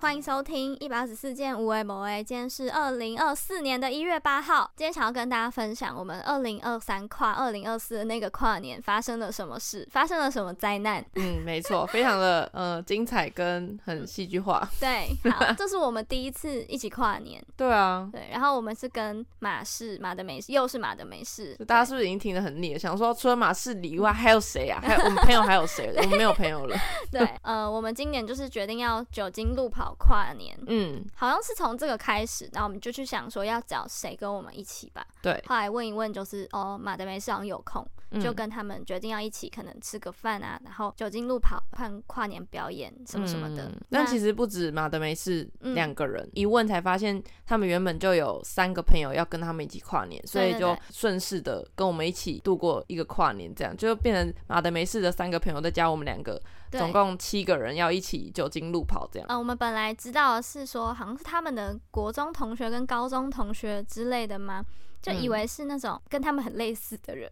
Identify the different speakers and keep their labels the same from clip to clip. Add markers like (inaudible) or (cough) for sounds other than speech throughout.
Speaker 1: 欢迎收听一百二十四件无为某为。今天是二零二四年的一月八号。今天想要跟大家分享我们二零二三跨二零二四的那个跨年发生了什么事，发生了什么灾难。
Speaker 2: 嗯，没错，非常的呃精彩跟很戏剧化。
Speaker 1: 对，
Speaker 2: (laughs)
Speaker 1: 好，这是我们第一次一起跨年。
Speaker 2: 对啊，
Speaker 1: 对，然后我们是跟马氏、马德美氏，又是马德美氏
Speaker 2: 就，大家是不是已经听得很腻了？想说除了马世里以外，还有谁啊？还有我们朋友还有谁？我们没有朋友了。 (laughs)
Speaker 1: 对，呃，我们今年就是决定要酒精路跑跨年，
Speaker 2: 嗯，
Speaker 1: 好像是从这个开始，然后我们就去想说要找谁跟我们一起吧。
Speaker 2: 对，
Speaker 1: 后来问一问，就是哦，马德梅市长有空，
Speaker 2: 嗯
Speaker 1: 就跟他们决定要一起，可能吃个饭啊，然后酒精路跑、看跨年表演什么什么的
Speaker 2: 嗯。
Speaker 1: 那
Speaker 2: 但其实不止马德梅是
Speaker 1: 嗯
Speaker 2: 两个人，一问才发现他们原本就有三个朋友要跟他们一起跨年，所以
Speaker 1: 对
Speaker 2: 就
Speaker 1: 对
Speaker 2: 顺势的跟我们一起度过一个跨年，这样就变成马德梅市的三个朋友再加我们两个，
Speaker 1: 对
Speaker 2: 总共七个人要一起酒精路跑这样。
Speaker 1: 呃，我们本来知道的是说，好像是他们的国中同学跟高中同学之类的嘛，就以
Speaker 2: 嗯
Speaker 1: 为是那种跟他们很类似的人、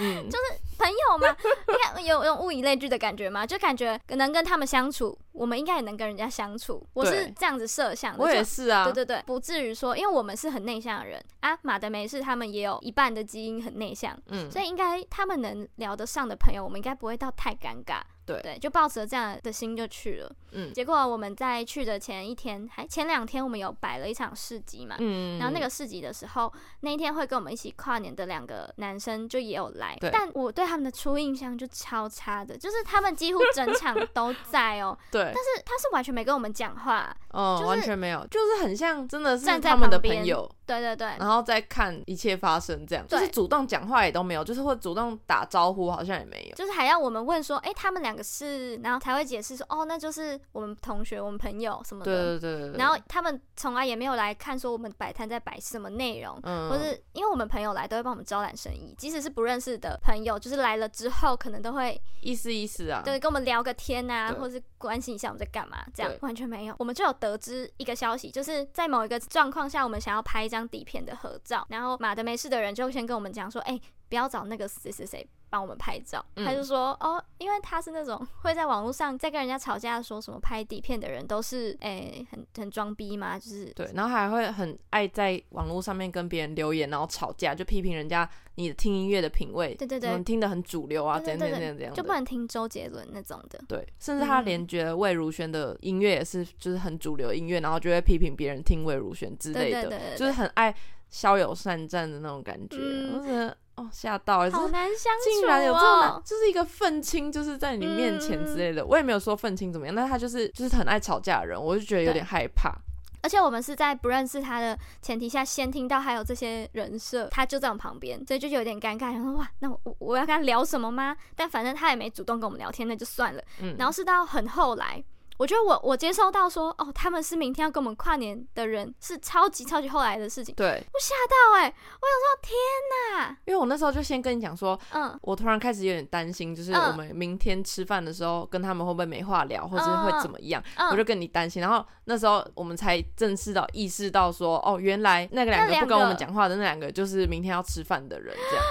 Speaker 2: 嗯，
Speaker 1: (laughs) 朋友嘛。你看，有有物以类聚的感觉嘛，就感觉能跟他们相处，我们应该也能跟人家相处。我是
Speaker 2: 对
Speaker 1: 这样子设想的，
Speaker 2: 我
Speaker 1: 就
Speaker 2: 也是啊。
Speaker 1: 对对对，不至于说，因为我们是很内向的人啊，马德梅是他们也有一半的基因很内向，
Speaker 2: 嗯，
Speaker 1: 所以应该他们能聊得上的朋友，我们应该不会到太尴尬。
Speaker 2: 对
Speaker 1: 对，就抱着这样的心就去了。
Speaker 2: 嗯
Speaker 1: 结果我们在去的前一天，还前两天，我们有摆了一场市集嘛。
Speaker 2: 嗯，
Speaker 1: 然后那个市集的时候，那一天会跟我们一起跨年的两个男生就也有来
Speaker 2: 对，
Speaker 1: 但我对他们的初印象就超差的，就是他们几乎整场都在哦，
Speaker 2: (laughs) 对，
Speaker 1: 但是他是完全没跟我们讲话，
Speaker 2: 嗯，
Speaker 1: 就是
Speaker 2: 完全没有，就是很像真的是
Speaker 1: 站在
Speaker 2: 他们的
Speaker 1: 旁边
Speaker 2: 朋友，
Speaker 1: 对对对，
Speaker 2: 然后再看一切发生这样，就
Speaker 1: 对
Speaker 2: 是主动讲话也都没有，就是会主动打招呼好像也没有。
Speaker 1: 就是还要我们问说，哎、他们两个是，然后才会解释说，哦，那就是我们同学、我们朋友什么
Speaker 2: 对
Speaker 1: 的。
Speaker 2: 对对对对，
Speaker 1: 然后他们从来也没有来看说我们摆摊在摆什么内容，
Speaker 2: 嗯，
Speaker 1: 或是因为我们朋友来都会帮我们招揽生意，即使是不认识的朋友，就是来了之后可能都会
Speaker 2: 意思意思啊，
Speaker 1: 对跟我们聊个天啊，
Speaker 2: 对
Speaker 1: 或是关心一下我们在干嘛，这样
Speaker 2: 对
Speaker 1: 完全没有。我们就有得知一个消息，就是在某一个状况下，我们想要拍一张底片的合照，然后马德梅市的人就先跟我们讲说，哎、不要找那个谁谁谁。帮我们拍照，
Speaker 2: 嗯
Speaker 1: 他就说、哦，因为他是那种会在网络上在跟人家吵架，说什么拍底片的人都是诶、很很装逼嘛，就是
Speaker 2: 对，然后还会很爱在网络上面跟别人留言，然后吵架，就批评人家你听音乐的品味，
Speaker 1: 对对
Speaker 2: 什么
Speaker 1: 对，
Speaker 2: 听的很主流啊，怎
Speaker 1: 对
Speaker 2: 样
Speaker 1: 对
Speaker 2: 怎
Speaker 1: 对
Speaker 2: 样怎样怎样
Speaker 1: 就
Speaker 2: 的，
Speaker 1: 不能听周杰伦那种的，
Speaker 2: 对，甚至他
Speaker 1: 嗯
Speaker 2: 连觉得魏如萱的音乐也是就是很主流音乐，然后就会批评别人听魏如萱之类
Speaker 1: 对
Speaker 2: 的，
Speaker 1: 对对对，对
Speaker 2: 就是很爱骁友善战的那种感觉。
Speaker 1: 嗯
Speaker 2: 我真的哦吓到了，就
Speaker 1: 好
Speaker 2: 是
Speaker 1: 难相处、哦，
Speaker 2: 竟然有这么难，就是一个愤青，就是在你面前之
Speaker 1: 嗯
Speaker 2: 类的。我也没有说愤青怎么样，但他就是就是很爱吵架的人，我就觉得有
Speaker 1: 对
Speaker 2: 点害怕。
Speaker 1: 而且我们是在不认识他的前提下，先听到还有这些人设，他就在我们旁边，所以就有点尴尬，然后哇，那我我要跟他聊什么吗？但反正他也没主动跟我们聊天，那就算了。
Speaker 2: 嗯，
Speaker 1: 然后是到很后来。我觉得我我接收到说哦，他们是明天要跟我们跨年的人，是超级超级后来的事情。
Speaker 2: 对，
Speaker 1: 我吓到哎、我想说
Speaker 2: 因为我那时候就先跟你讲说，
Speaker 1: 天哪，嗯，
Speaker 2: 我突然开始有点担心，就是
Speaker 1: 嗯
Speaker 2: 我们明天吃饭的时候跟他们会不会没话聊，或者是会怎么样，
Speaker 1: 嗯
Speaker 2: 我就跟你担心。然后那时候我们才正式到意识到说，哦，原来那个两
Speaker 1: 那两
Speaker 2: 个不跟我们
Speaker 1: 个
Speaker 2: 讲话的那两个就是明天要吃饭的人，这样。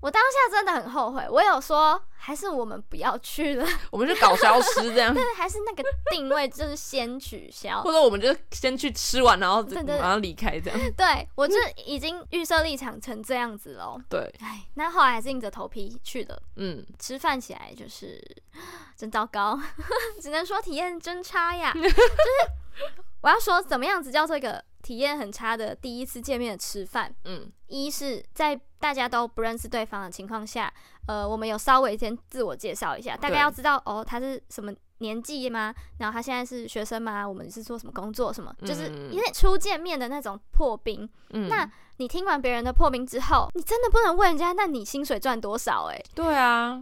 Speaker 1: 我当下真的很后悔，我有说还是我们不要去了，
Speaker 2: 我们就搞消失这样，
Speaker 1: 但是还是那个定位就是先取消
Speaker 2: 或。者我们就先去吃完，然后
Speaker 1: 对对
Speaker 2: 然后离开这样。
Speaker 1: 对我就
Speaker 2: 嗯
Speaker 1: 已经预设立场成这样子喽。
Speaker 2: 对，
Speaker 1: 哎，那后来还是硬着头皮去的。
Speaker 2: 嗯，
Speaker 1: 吃饭起来就是 (gasps) 真糟糕， (laughs) 只能说体验真差呀。 (laughs) 就是我要说，怎么样子叫做一个体验很差的第一次见面的吃饭？
Speaker 2: 嗯，
Speaker 1: 一是在大家都不认识对方的情况下，呃，我们有稍微先自我介绍一下，大概
Speaker 2: 对
Speaker 1: 要知道哦，他是什么年纪吗？然后他现在是学生吗？我们是做什么工作？什么？就是
Speaker 2: 嗯
Speaker 1: 有点初见面的那种破冰。
Speaker 2: 嗯
Speaker 1: 那你听完别人的破冰之后，你真的不能问人家，那你薪水赚多少、欸？
Speaker 2: 对啊，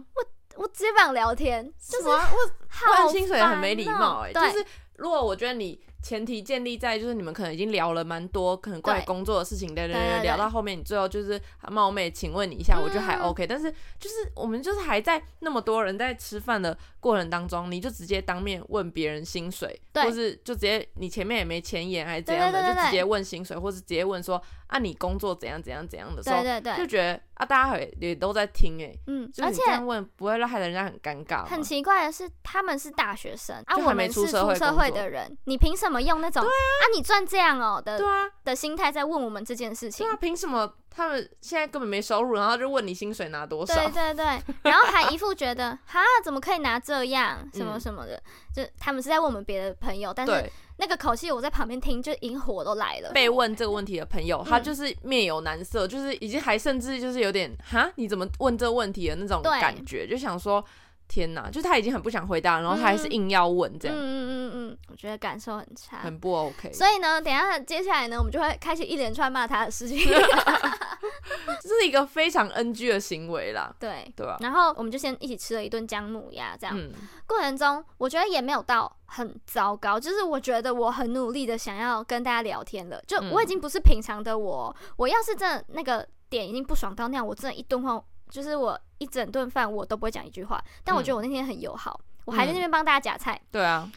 Speaker 1: 我直接不想聊天，就是
Speaker 2: 什么我
Speaker 1: 好
Speaker 2: 问薪水很没礼
Speaker 1: 烦哦
Speaker 2: 貌哎、
Speaker 1: 对，
Speaker 2: 就是如果我觉得你。前提建立在就是你们可能已经聊了蛮多，可能关于
Speaker 1: 对
Speaker 2: 工作的事情，聊聊
Speaker 1: 对
Speaker 2: 聊
Speaker 1: 对
Speaker 2: 聊到后面，你最后就是啊冒昧请问你一下，我觉得还
Speaker 1: 嗯
Speaker 2: OK，、但是就是我们就是还在那么多人在吃饭的过程当中，你就直接当面问别人薪水，
Speaker 1: 对
Speaker 2: 或是就直接你前面也没前言还是怎样的，
Speaker 1: 对对对对
Speaker 2: 就直接问薪水，或是直接问说啊你工作怎样怎样怎样的时候，
Speaker 1: 对对
Speaker 2: 就
Speaker 1: 对，
Speaker 2: 觉得啊大家也也都在听哎、
Speaker 1: 嗯，
Speaker 2: 就是
Speaker 1: 而
Speaker 2: 你
Speaker 1: 且
Speaker 2: 这样问不会让害得人家很尴尬吗，
Speaker 1: 很奇怪的是，他们是大学生啊，
Speaker 2: 就
Speaker 1: 我
Speaker 2: 还没
Speaker 1: 们
Speaker 2: 出
Speaker 1: 是
Speaker 2: 社
Speaker 1: 出
Speaker 2: 会
Speaker 1: 社
Speaker 2: 工
Speaker 1: 会
Speaker 2: 作
Speaker 1: 的人，你凭什么用那种啊你赚这样哦
Speaker 2: 对
Speaker 1: 的
Speaker 2: 啊，
Speaker 1: 的心态在问我们这件事情
Speaker 2: 对？啊，凭什么他们现在根本没收入，然后就问你薪水拿多少？
Speaker 1: 对对对，然后还一副觉得 (laughs) 哈怎么可以拿这样什么
Speaker 2: 嗯
Speaker 1: 什么的，就他们是在问我们别的朋友，但是
Speaker 2: 对
Speaker 1: 那个口气我在旁边听就已经火都来了。
Speaker 2: 被问这个问题的朋友，他
Speaker 1: 嗯
Speaker 2: 就是面有难色，就是已经还甚至就是有点哈，你怎么问这问题的那种
Speaker 1: 对
Speaker 2: 感觉，就想说天哪，就他已经很不想回答，然后他还是硬要问，这
Speaker 1: 嗯
Speaker 2: 样、
Speaker 1: 嗯嗯嗯，我觉得感受很差。
Speaker 2: 很不 OK。
Speaker 1: 所以呢，等一下接下来呢，我们就会开始一连串骂他的
Speaker 2: (laughs)
Speaker 1: 事情。
Speaker 2: 这是一个非常 NG 的行为啦，
Speaker 1: 对，
Speaker 2: 对吧、
Speaker 1: 然后我们就先一起吃了一顿姜母鸭，这样、
Speaker 2: 嗯，
Speaker 1: 过程中我觉得也没有到很糟糕，就是我觉得我很努力的想要跟大家聊天了，就
Speaker 2: 嗯
Speaker 1: 我已经不是平常的我，我要是真的那个点已经不爽到那样，我真的一顿饭就是我一整顿饭我都不会讲一句话，但我觉得
Speaker 2: 嗯
Speaker 1: 我那天很友好。我还在那边帮大家夹菜，
Speaker 2: 对啊，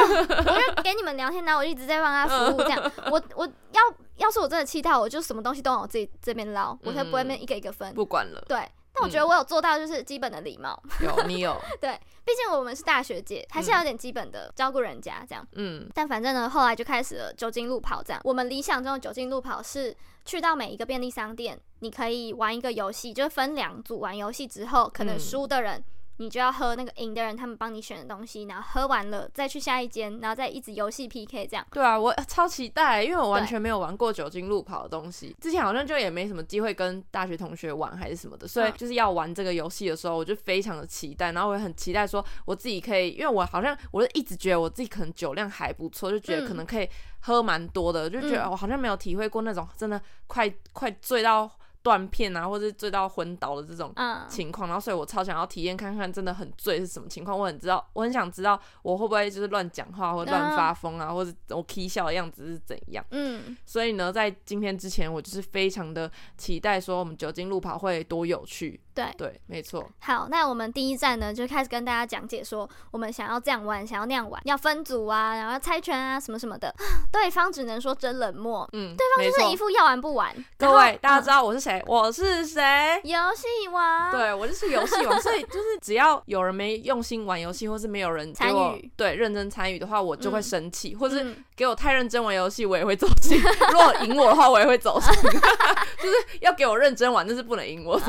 Speaker 1: 我就给你们聊天，然后我就一直在帮他服务，这
Speaker 2: (laughs)
Speaker 1: 样。我我要要是我真的气到，我就什么东西都往我自己这边捞，我才不会
Speaker 2: 嗯
Speaker 1: 面一个一个分。
Speaker 2: 不嗯管了，
Speaker 1: 对，但我觉得我有做到就是基本的礼貌，
Speaker 2: 有你有，
Speaker 1: 毕竟我们是大学姐，还是要有点基本的照顾人家这样。
Speaker 2: 嗯
Speaker 1: 但反正呢，后来就开始了酒精路跑这样。我们理想中的酒精路跑是去到每一个便利商店，你可以玩一个游戏，就是分两组玩游戏之后，可能
Speaker 2: 嗯
Speaker 1: 输的人。你就要喝那个赢的人他们帮你选的东西，然后喝完了再去下一间，然后再一直游戏 PK 这样。
Speaker 2: 对啊，我超期待，因为我完
Speaker 1: 对
Speaker 2: 全没有玩过酒精路跑的东西，之前好像就也没什么机会跟大学同学玩还是什么的，所以
Speaker 1: 嗯
Speaker 2: 就是要玩这个游戏的时候，我就非常的期待，然后我也很期待说我自己可以，因为我好像我就一直觉得我自己可能酒量还不错，就觉
Speaker 1: 嗯
Speaker 2: 得可能可以喝蛮多的，就觉得
Speaker 1: 嗯
Speaker 2: 我好像没有体会过那种真的快快醉到断片啊，或者是醉到昏倒的这种
Speaker 1: 嗯，
Speaker 2: 情况，然后所以我超想要体验看看，真的很醉是什么情况。我很知道，我很想知道我会不会就是乱讲话或乱发疯啊，或者我 k 笑的样子是怎样。
Speaker 1: 嗯，
Speaker 2: 所以呢，在今天之前，我就是非常的期待说我们酒精路跑会多有趣。
Speaker 1: 对
Speaker 2: 对，没错，
Speaker 1: 好，那我们第一站呢，就开始跟大家讲解说，我们想要这样玩，想要那样玩，要分组啊，然后要猜拳啊，什么什么的。对方只能说真冷漠，
Speaker 2: 嗯，对
Speaker 1: 就
Speaker 2: 方
Speaker 1: 是一副要玩不玩。然
Speaker 2: 各
Speaker 1: 后
Speaker 2: 位大家知道我是谁？我是谁？
Speaker 1: 嗯游戏王，
Speaker 2: 对我就是游戏王，所以就是只要有人没用心玩游戏，或是没有人给我
Speaker 1: 参与
Speaker 2: 对认真参与的话，我就会
Speaker 1: 嗯
Speaker 2: 生气，或是
Speaker 1: 嗯
Speaker 2: 给我太认真玩游戏，我也会走
Speaker 1: (laughs)
Speaker 2: 心；如果赢我的话，我也会走心。就是要给我认真玩，但是不能赢我。 (laughs)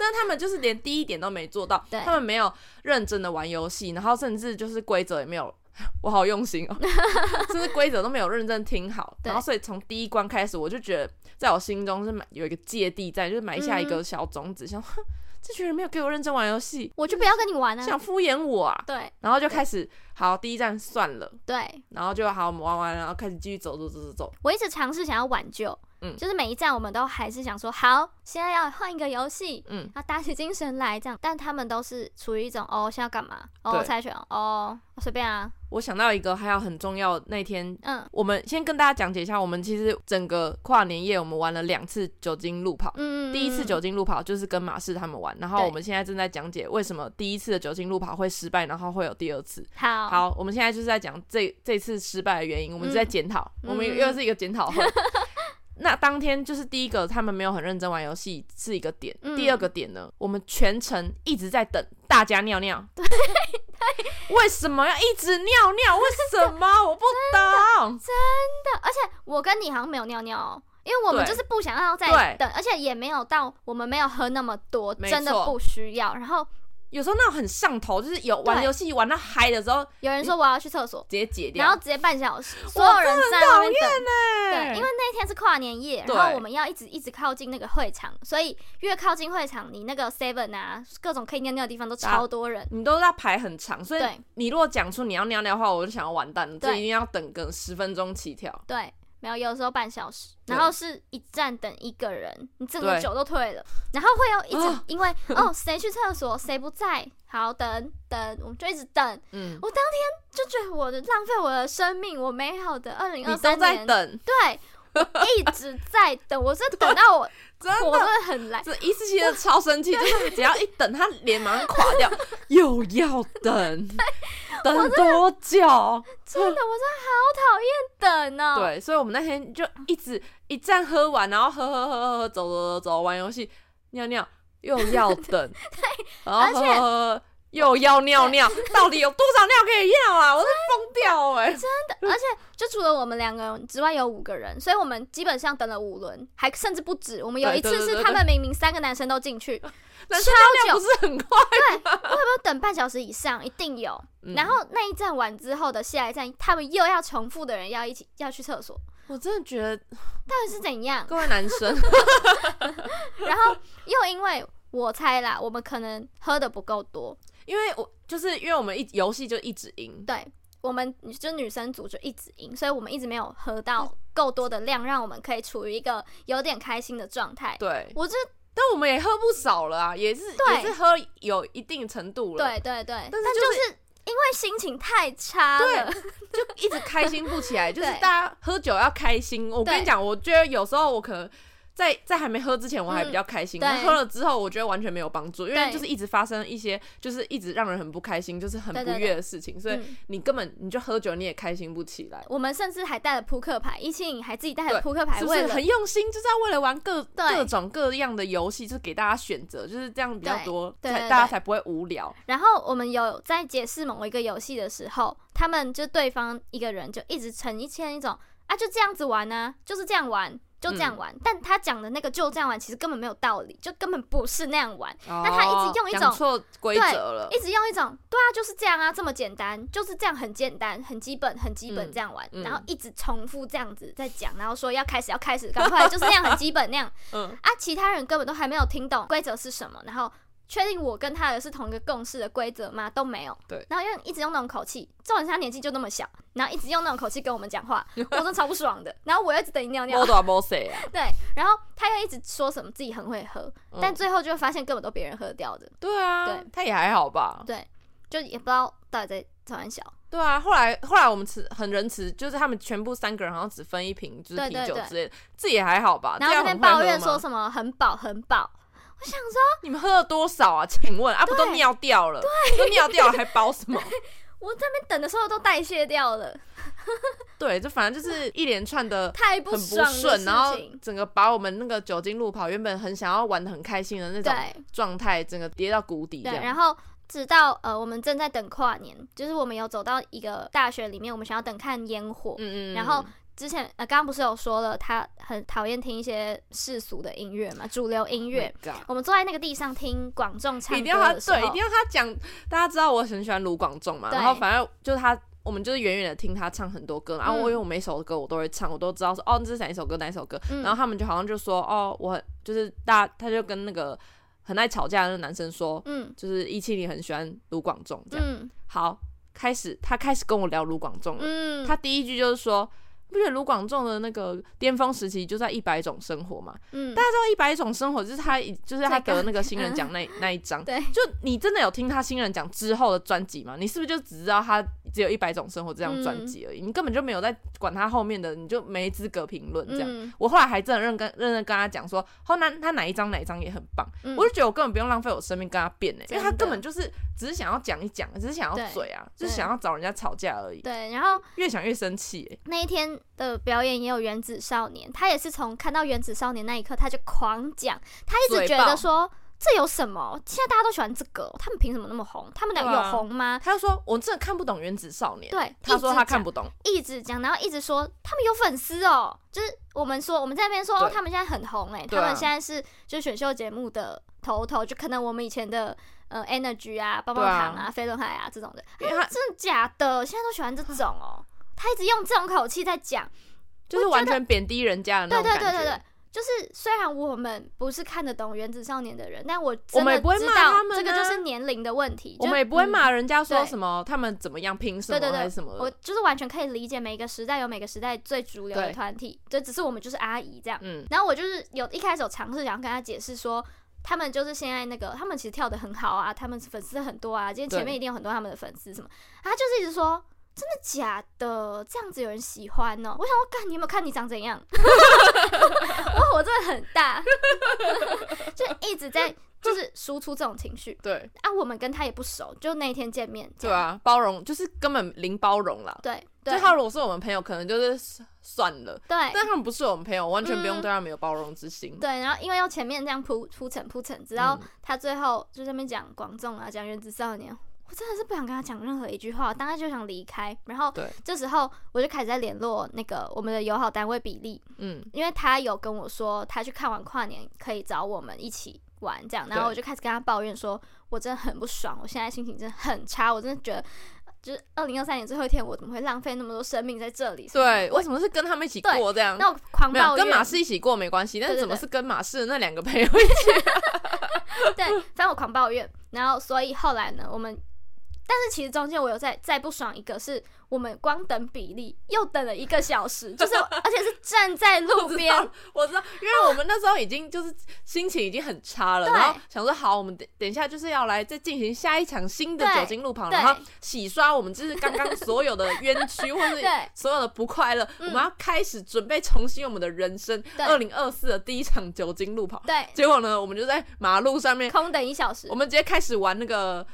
Speaker 2: 但他们就是连第一点都没做到，
Speaker 1: 啊对
Speaker 2: 他们没有认真的玩游戏，然后甚至就是规则也没有。我好用心
Speaker 1: (laughs)
Speaker 2: 哦，甚至规则都没有认真听好，
Speaker 1: 对
Speaker 2: 然后所以从第一关开始，我就觉得在我心中是埋有一个芥蒂在，就是埋下一
Speaker 1: 嗯
Speaker 2: 个小种子，想哼，这群人没有给我认真玩游戏，
Speaker 1: 我就不要跟你玩啊。
Speaker 2: 想敷衍我啊，
Speaker 1: 对
Speaker 2: 然后就开始好第一站算了，
Speaker 1: 对，
Speaker 2: 然后就好，我们玩完，然后开始继续走走走走走。
Speaker 1: 我一直尝试想要挽救，
Speaker 2: 嗯
Speaker 1: 就是每一站我们都还是想说，好，现在要换一个游戏。
Speaker 2: 嗯，
Speaker 1: 要打起精神来，这样，但他们都是处于一种哦，现在要干嘛？哦，
Speaker 2: 对
Speaker 1: 猜拳哦，随便啊，
Speaker 2: 我想到一个还有很重要，那天
Speaker 1: 嗯
Speaker 2: 我们先跟大家讲解一下，我们其实整个跨年夜我们玩了两次酒精路跑。
Speaker 1: 嗯，
Speaker 2: 第一次
Speaker 1: 嗯
Speaker 2: 酒精路跑就是跟马氏他们玩，然后
Speaker 1: 对
Speaker 2: 我们现在正在讲解为什么第一次的酒精路跑会失败，然后会有第二次。
Speaker 1: 好，
Speaker 2: 好，我们现在就是在讲这这次失败的原因，我们就在检讨，
Speaker 1: 嗯
Speaker 2: 我们
Speaker 1: 嗯
Speaker 2: 又是一个检讨会。 (laughs) 那当天就是第一个，他们没有很认真玩游戏是一个点，
Speaker 1: 嗯
Speaker 2: 第二个点呢，我们全程一直在等大家
Speaker 1: (laughs)
Speaker 2: 尿尿。对对，为什么要一直尿尿？为什
Speaker 1: (laughs)
Speaker 2: 么？我不懂。
Speaker 1: 而且我跟你好像没有尿尿、哦，因为我们
Speaker 2: 对
Speaker 1: 就是不想要再
Speaker 2: 对
Speaker 1: 等，而且也没有到我们没有喝那么多，
Speaker 2: 没
Speaker 1: 真的
Speaker 2: 错
Speaker 1: 不需要。然后
Speaker 2: 有时候那种很上头，就是有玩
Speaker 1: 对
Speaker 2: 游戏玩到嗨的时候，直
Speaker 1: 有人说我要去厕所，
Speaker 2: 接解掉。
Speaker 1: 然后直接半小时，所有人在外面等。对，
Speaker 2: 对
Speaker 1: 因为那天是跨年夜，
Speaker 2: 欸对
Speaker 1: 然后我们要一直一直靠近那个会场，所以越靠近会场，你那个 seven 啊，各种可以尿尿的地
Speaker 2: 啊
Speaker 1: 方都超多人。
Speaker 2: 你都要排很长，所以
Speaker 1: 对
Speaker 2: 你如果讲出你要尿尿的话，我就想要完蛋了，这
Speaker 1: 对
Speaker 2: 一定要等个十分钟起跳。
Speaker 1: 对，没有，有时候半小时，
Speaker 2: 对
Speaker 1: 然后是一站等一个人，你整个
Speaker 2: 对
Speaker 1: 酒都退了，然后会有一直、
Speaker 2: 啊
Speaker 1: 因为
Speaker 2: (laughs)
Speaker 1: 哦谁去厕所谁不在，好等等，我们就一直等，
Speaker 2: 嗯，
Speaker 1: 我当天就觉得我的浪费我的生命，我美好的二零
Speaker 2: 你
Speaker 1: 二
Speaker 2: 都
Speaker 1: 三
Speaker 2: 在
Speaker 1: 年，
Speaker 2: 等，
Speaker 1: 对，我一直在等，我是等到
Speaker 2: (laughs)
Speaker 1: 我
Speaker 2: (laughs) 真
Speaker 1: 火
Speaker 2: 的。
Speaker 1: 真的很
Speaker 2: (laughs)
Speaker 1: 来，
Speaker 2: 这一次性的超生气，就是只要一等，他脸马上垮 (laughs) 掉，又要 (laughs) 等，等多久？
Speaker 1: 真的我真的好讨厌等哦，
Speaker 2: 对，所以我们那天就一直一站喝完，然后喝喝喝喝喝，走走走走，玩游戏，尿尿又要等，然后喝喝喝喝又要尿尿，到底有多少尿可以尿啊？我是疯掉哎、
Speaker 1: 而且就除了我们两个人之外，有五个人，所以我们基本上等了五轮，还甚至不止。我们有
Speaker 2: 对
Speaker 1: 一次
Speaker 2: 对对
Speaker 1: 是
Speaker 2: 对
Speaker 1: 他们明明三个男生都进去，
Speaker 2: (laughs) 男生
Speaker 1: 超
Speaker 2: 尿尿
Speaker 1: 久
Speaker 2: 不是很快？
Speaker 1: 要等半小时以上，一定有。
Speaker 2: 嗯
Speaker 1: 然后那一站完之后的下一站，他们又要重复的人要一起要去厕所，
Speaker 2: 我真的觉得
Speaker 1: 到底是怎样？
Speaker 2: 各位男 (laughs) 生，
Speaker 1: 然
Speaker 2: (laughs)
Speaker 1: 后又因为我猜啦，我们可能喝的不够多，
Speaker 2: 因为我就是因为我们一游戏就一直赢，
Speaker 1: 对我们就女生组就一直赢，所以我们一直没有喝到够多的量，让我们可以处于一个有点开心的状态。
Speaker 2: 对，
Speaker 1: 我这
Speaker 2: 但我们也喝不少了啊，也是
Speaker 1: 对
Speaker 2: 也是喝有一定程度了，
Speaker 1: 对对对，
Speaker 2: 但是
Speaker 1: 但
Speaker 2: 就
Speaker 1: 就是因为心情太差了，
Speaker 2: 对，就一直开心不
Speaker 1: (laughs)
Speaker 2: 起来。就是
Speaker 1: 对
Speaker 2: 大家喝酒要开心。我跟
Speaker 1: 对
Speaker 2: 你讲，我觉得有时候我可能在在还没喝之前，我还
Speaker 1: 嗯
Speaker 2: 比较开心。
Speaker 1: 对
Speaker 2: 但喝了之后，我觉得完全没有帮助，因为
Speaker 1: 对
Speaker 2: 就是一直发生一些就是一直让人很不开心，就是很
Speaker 1: 对
Speaker 2: 不
Speaker 1: 对对
Speaker 2: 悦的事情，所以
Speaker 1: 嗯
Speaker 2: 你根本你就喝酒你也开心不起来。
Speaker 1: 我们甚至还带了扑克牌，一七影还自己带了
Speaker 2: 对
Speaker 1: 扑克牌，
Speaker 2: 是不
Speaker 1: 为
Speaker 2: 是
Speaker 1: 了
Speaker 2: 很用心？就是要为了玩各
Speaker 1: 对
Speaker 2: 各种各样的游戏，就是给大家选择，就是这样比较
Speaker 1: 对
Speaker 2: 多，
Speaker 1: 对
Speaker 2: 才
Speaker 1: 对
Speaker 2: 大家
Speaker 1: 对
Speaker 2: 才不会无聊。
Speaker 1: 然后我们有在解释某一个游戏的时候，他们就对方一个人就一直呈一千一种啊，就这样子玩啊，就是这样玩，就这
Speaker 2: 嗯
Speaker 1: 样玩。但他讲的那个就这样玩，其实根本没有道理，就根本不是那样玩，
Speaker 2: 那
Speaker 1: 他一直用一种
Speaker 2: 哦错规
Speaker 1: 对
Speaker 2: 则了，
Speaker 1: 一直用一种对啊，就是这样啊，这么简单，就是这样很简单，很基本，很基本
Speaker 2: 嗯
Speaker 1: 这样玩，
Speaker 2: 嗯
Speaker 1: 然后一直重复这样子在讲，然后说要开始要开始，赶快就是那样很基本那样。 (laughs)
Speaker 2: 嗯，
Speaker 1: 啊，其他人根本都还没有听懂规则是什么，然后确定我跟他的是同一个共识的规则吗？都没有。
Speaker 2: 对
Speaker 1: 然后又一直用那种口气，重点是他年纪就那么小，然后一直用那种口气跟我们讲
Speaker 2: (laughs)
Speaker 1: 话，我真的超不爽的。然后我又一直等你尿尿
Speaker 2: 摸，多摸谁啊？
Speaker 1: 对，然后他又一直说什么自己很会喝，
Speaker 2: 嗯
Speaker 1: 但最后就发现根本都别人喝掉的，
Speaker 2: (laughs) 对啊
Speaker 1: 对，
Speaker 2: 他也还好吧。
Speaker 1: 对，就也不知道到底在开玩笑。
Speaker 2: 对啊，后来后来我们吃很仁慈，就是他们全部三个人好像只分一瓶，就是
Speaker 1: 对
Speaker 2: 啤
Speaker 1: 对
Speaker 2: 酒
Speaker 1: 对
Speaker 2: 之类的，这也还好吧。
Speaker 1: 然后
Speaker 2: 这
Speaker 1: 这
Speaker 2: 样
Speaker 1: 边
Speaker 2: 很会
Speaker 1: 抱怨
Speaker 2: 喝
Speaker 1: 说
Speaker 2: 吗
Speaker 1: 什么很饱很饱，我想说
Speaker 2: 你们喝了多少啊？请问啊，不都
Speaker 1: 对
Speaker 2: 尿掉了？都尿掉了还包什么？ (laughs)
Speaker 1: 我这边等的时候都代谢掉了，
Speaker 2: 对，就反正就是一连串的
Speaker 1: 太
Speaker 2: 很 (laughs) 不
Speaker 1: 爽的
Speaker 2: 顺，然后
Speaker 1: 事情。
Speaker 2: 整个把我们那个酒精路跑原本很想要玩的很开心的那种
Speaker 1: 对，
Speaker 2: 状态，整个跌到谷底这
Speaker 1: 对，
Speaker 2: 样。
Speaker 1: 然后直到呃，我们正在等跨年，就是我们有走到一个大学里面，我们想要等看烟火。
Speaker 2: 嗯嗯，
Speaker 1: 然后之前呃，刚刚不是有说了，他很讨厌听一些世俗的音乐嘛，主流音乐。
Speaker 2: Oh my god
Speaker 1: 我们坐在那个地上听广众唱
Speaker 2: 一
Speaker 1: 歌
Speaker 2: 定要他
Speaker 1: 的时候，
Speaker 2: 对，一定要他讲。大家知道我很喜欢卢广仲嘛，
Speaker 1: 对
Speaker 2: 然后反正就是他，我们就是远远的听他唱很多歌，然后
Speaker 1: 嗯
Speaker 2: 我因为我每首歌我都会唱，我都知道说哦这是哪一首歌哪一首歌，
Speaker 1: 嗯
Speaker 2: 然后他们就好像就说哦我很就是大他就跟那个很爱吵架的那个男生说，
Speaker 1: 嗯
Speaker 2: 就是一七零很喜欢卢广仲这样。
Speaker 1: 嗯
Speaker 2: 好，开始他开始跟我聊卢广仲了，
Speaker 1: 嗯，
Speaker 2: 他第一句就是说。不觉得卢广仲的那个巅峰时期就在《一百种生活》嘛？
Speaker 1: 嗯
Speaker 2: 大家知道《一百种生活》就是他已，就是他
Speaker 1: 这个
Speaker 2: 得那个新人奖那那一张，
Speaker 1: 嗯对
Speaker 2: 就你真的有听他新人奖之后的专辑吗？你是不是就只知道他只有一百种生活这张专
Speaker 1: 嗯
Speaker 2: 辑而已？你根本就没有在管他后面的，你就没资格评论这样。
Speaker 1: 嗯
Speaker 2: 我后来还真的认跟认真跟他讲说，后来他哪一张哪一张也很棒，
Speaker 1: 嗯
Speaker 2: 我就觉得我根本不用浪费我生命跟他辩呢、因为他
Speaker 1: 真的
Speaker 2: 根本就是只是想要讲一讲，只是想要
Speaker 1: 对
Speaker 2: 嘴啊，
Speaker 1: 对
Speaker 2: 就是想要找人家吵架而已，
Speaker 1: 嗯对，然后
Speaker 2: 越想越生气、欸。
Speaker 1: 那一天的表演也有原子少年，他也是从看到原子少年那一刻，他就狂讲，他一直
Speaker 2: 嘴
Speaker 1: 觉
Speaker 2: 爆
Speaker 1: 得说这有什么？现在大家都喜欢这个哦，他们凭什么那么红？他们俩
Speaker 2: 对啊
Speaker 1: 有红吗？
Speaker 2: 他就说：“我真的看不懂《原子少年》。”
Speaker 1: 对，
Speaker 2: 他说他看
Speaker 1: 不，
Speaker 2: 不懂，
Speaker 1: 一直讲，然后一直说他们有粉丝哦，就是我们说我们在那边说、
Speaker 2: 对
Speaker 1: 哦、他们现在很红哎、
Speaker 2: 对
Speaker 1: 他
Speaker 2: 啊
Speaker 1: 们现在是就选秀节目的头头，就可能我们以前的呃 Energy 啊、棒棒糖
Speaker 2: 对
Speaker 1: 啊、飞轮海啊这种的，
Speaker 2: 因为他啊
Speaker 1: 真的假的？现在都喜欢这种哦，他一直用这种口气在讲。
Speaker 2: 就是
Speaker 1: 我觉得
Speaker 2: 完全贬低人家的那
Speaker 1: 对
Speaker 2: 种
Speaker 1: 对
Speaker 2: 感觉。
Speaker 1: 对对对，就是虽然我们不是看得懂《原子少年》的人，但我
Speaker 2: 我
Speaker 1: 真
Speaker 2: 们也
Speaker 1: 的
Speaker 2: 不会
Speaker 1: 知
Speaker 2: 骂
Speaker 1: 道
Speaker 2: 他们
Speaker 1: 这个
Speaker 2: 啊
Speaker 1: 就是年龄的问题，
Speaker 2: 我
Speaker 1: 就
Speaker 2: 们也不会
Speaker 1: 嗯
Speaker 2: 骂人家说
Speaker 1: 对
Speaker 2: 什么他们怎么样凭什
Speaker 1: 对
Speaker 2: 么
Speaker 1: 对对
Speaker 2: 还是什么
Speaker 1: 嗯我
Speaker 2: 的，
Speaker 1: 就是完全可以理解每个时代有每个时代最主流的
Speaker 2: 对
Speaker 1: 团体，就只是我们就是阿姨这样。
Speaker 2: 嗯，
Speaker 1: 然后我就是有一开始有尝试想要跟他解释说，他们就是现在那个，他们其实跳的很好啊，他们粉丝很多啊，今天前面
Speaker 2: 对
Speaker 1: 一定有很多他们的粉丝什么，他就是一直说。真的假的？这样子有人喜欢呢、我想我干，你有没有看你长怎样？ (laughs) 我火真的很大， (laughs) 就一直在就是输出这种情绪
Speaker 2: 对
Speaker 1: 啊。我们跟他也不熟，就那一天见面这
Speaker 2: 对
Speaker 1: 样，
Speaker 2: 啊，包容就是根本零包容啦。
Speaker 1: 对
Speaker 2: 啊就
Speaker 1: 对
Speaker 2: 他如果是我们朋友，可能就是算了，
Speaker 1: 对
Speaker 2: 但他们不是我们朋友，完全不用
Speaker 1: 嗯
Speaker 2: 对他们有包容之心。
Speaker 1: 对，然后因为要前面这样铺铺陈铺陈，直到
Speaker 2: 嗯
Speaker 1: 他最后就在那边讲广众啊，讲原子少年，我真的是不想跟他讲任何一句话，我当时就想离开。然后
Speaker 2: 对
Speaker 1: 这时候我就开始在联络那个我们的友好单位比利，
Speaker 2: 嗯，
Speaker 1: 因为他有跟我说他去看完跨年可以找我们一起玩这样，然后
Speaker 2: 对
Speaker 1: 我就开始跟他抱怨说，我真的很不爽，我现在心情真的很差，我真的觉得就是二零二三年最后一天，我怎么会浪费那么多生命在这里？
Speaker 2: 对，为什么是跟他们一起
Speaker 1: 对
Speaker 2: 过这样？
Speaker 1: 那我狂
Speaker 2: 没有
Speaker 1: 抱怨，
Speaker 2: 跟马氏一起过没关系，但
Speaker 1: 对
Speaker 2: 是
Speaker 1: 对
Speaker 2: 怎么
Speaker 1: 对
Speaker 2: 是跟马氏的那两个朋友一起？
Speaker 1: 对，反正我狂抱怨，然后所以后来呢，我们，但是其实中间我有在再不爽一个是我们光等比例又等了一个小时，就是而且是站在路
Speaker 2: 我知
Speaker 1: 边
Speaker 2: 道，我知道，因为我们那时候已经就是心情已经很差了，
Speaker 1: 对
Speaker 2: 然后想说好，我们等等一下就是要来再进行下一场新的
Speaker 1: 对
Speaker 2: 酒精路跑，
Speaker 1: 对
Speaker 2: 然后洗刷我们就是刚刚所有的冤
Speaker 1: (laughs)
Speaker 2: 屈或是
Speaker 1: 对
Speaker 2: 所有的不快乐，我
Speaker 1: 嗯
Speaker 2: 们要开始准备重新我们的人生。
Speaker 1: 对
Speaker 2: 二零二四的第一场酒精路跑，
Speaker 1: 对，
Speaker 2: 结果呢，我们就在马路
Speaker 1: (laughs)
Speaker 2: 上面，
Speaker 1: 空等一小时
Speaker 2: 我，们直接开始玩那个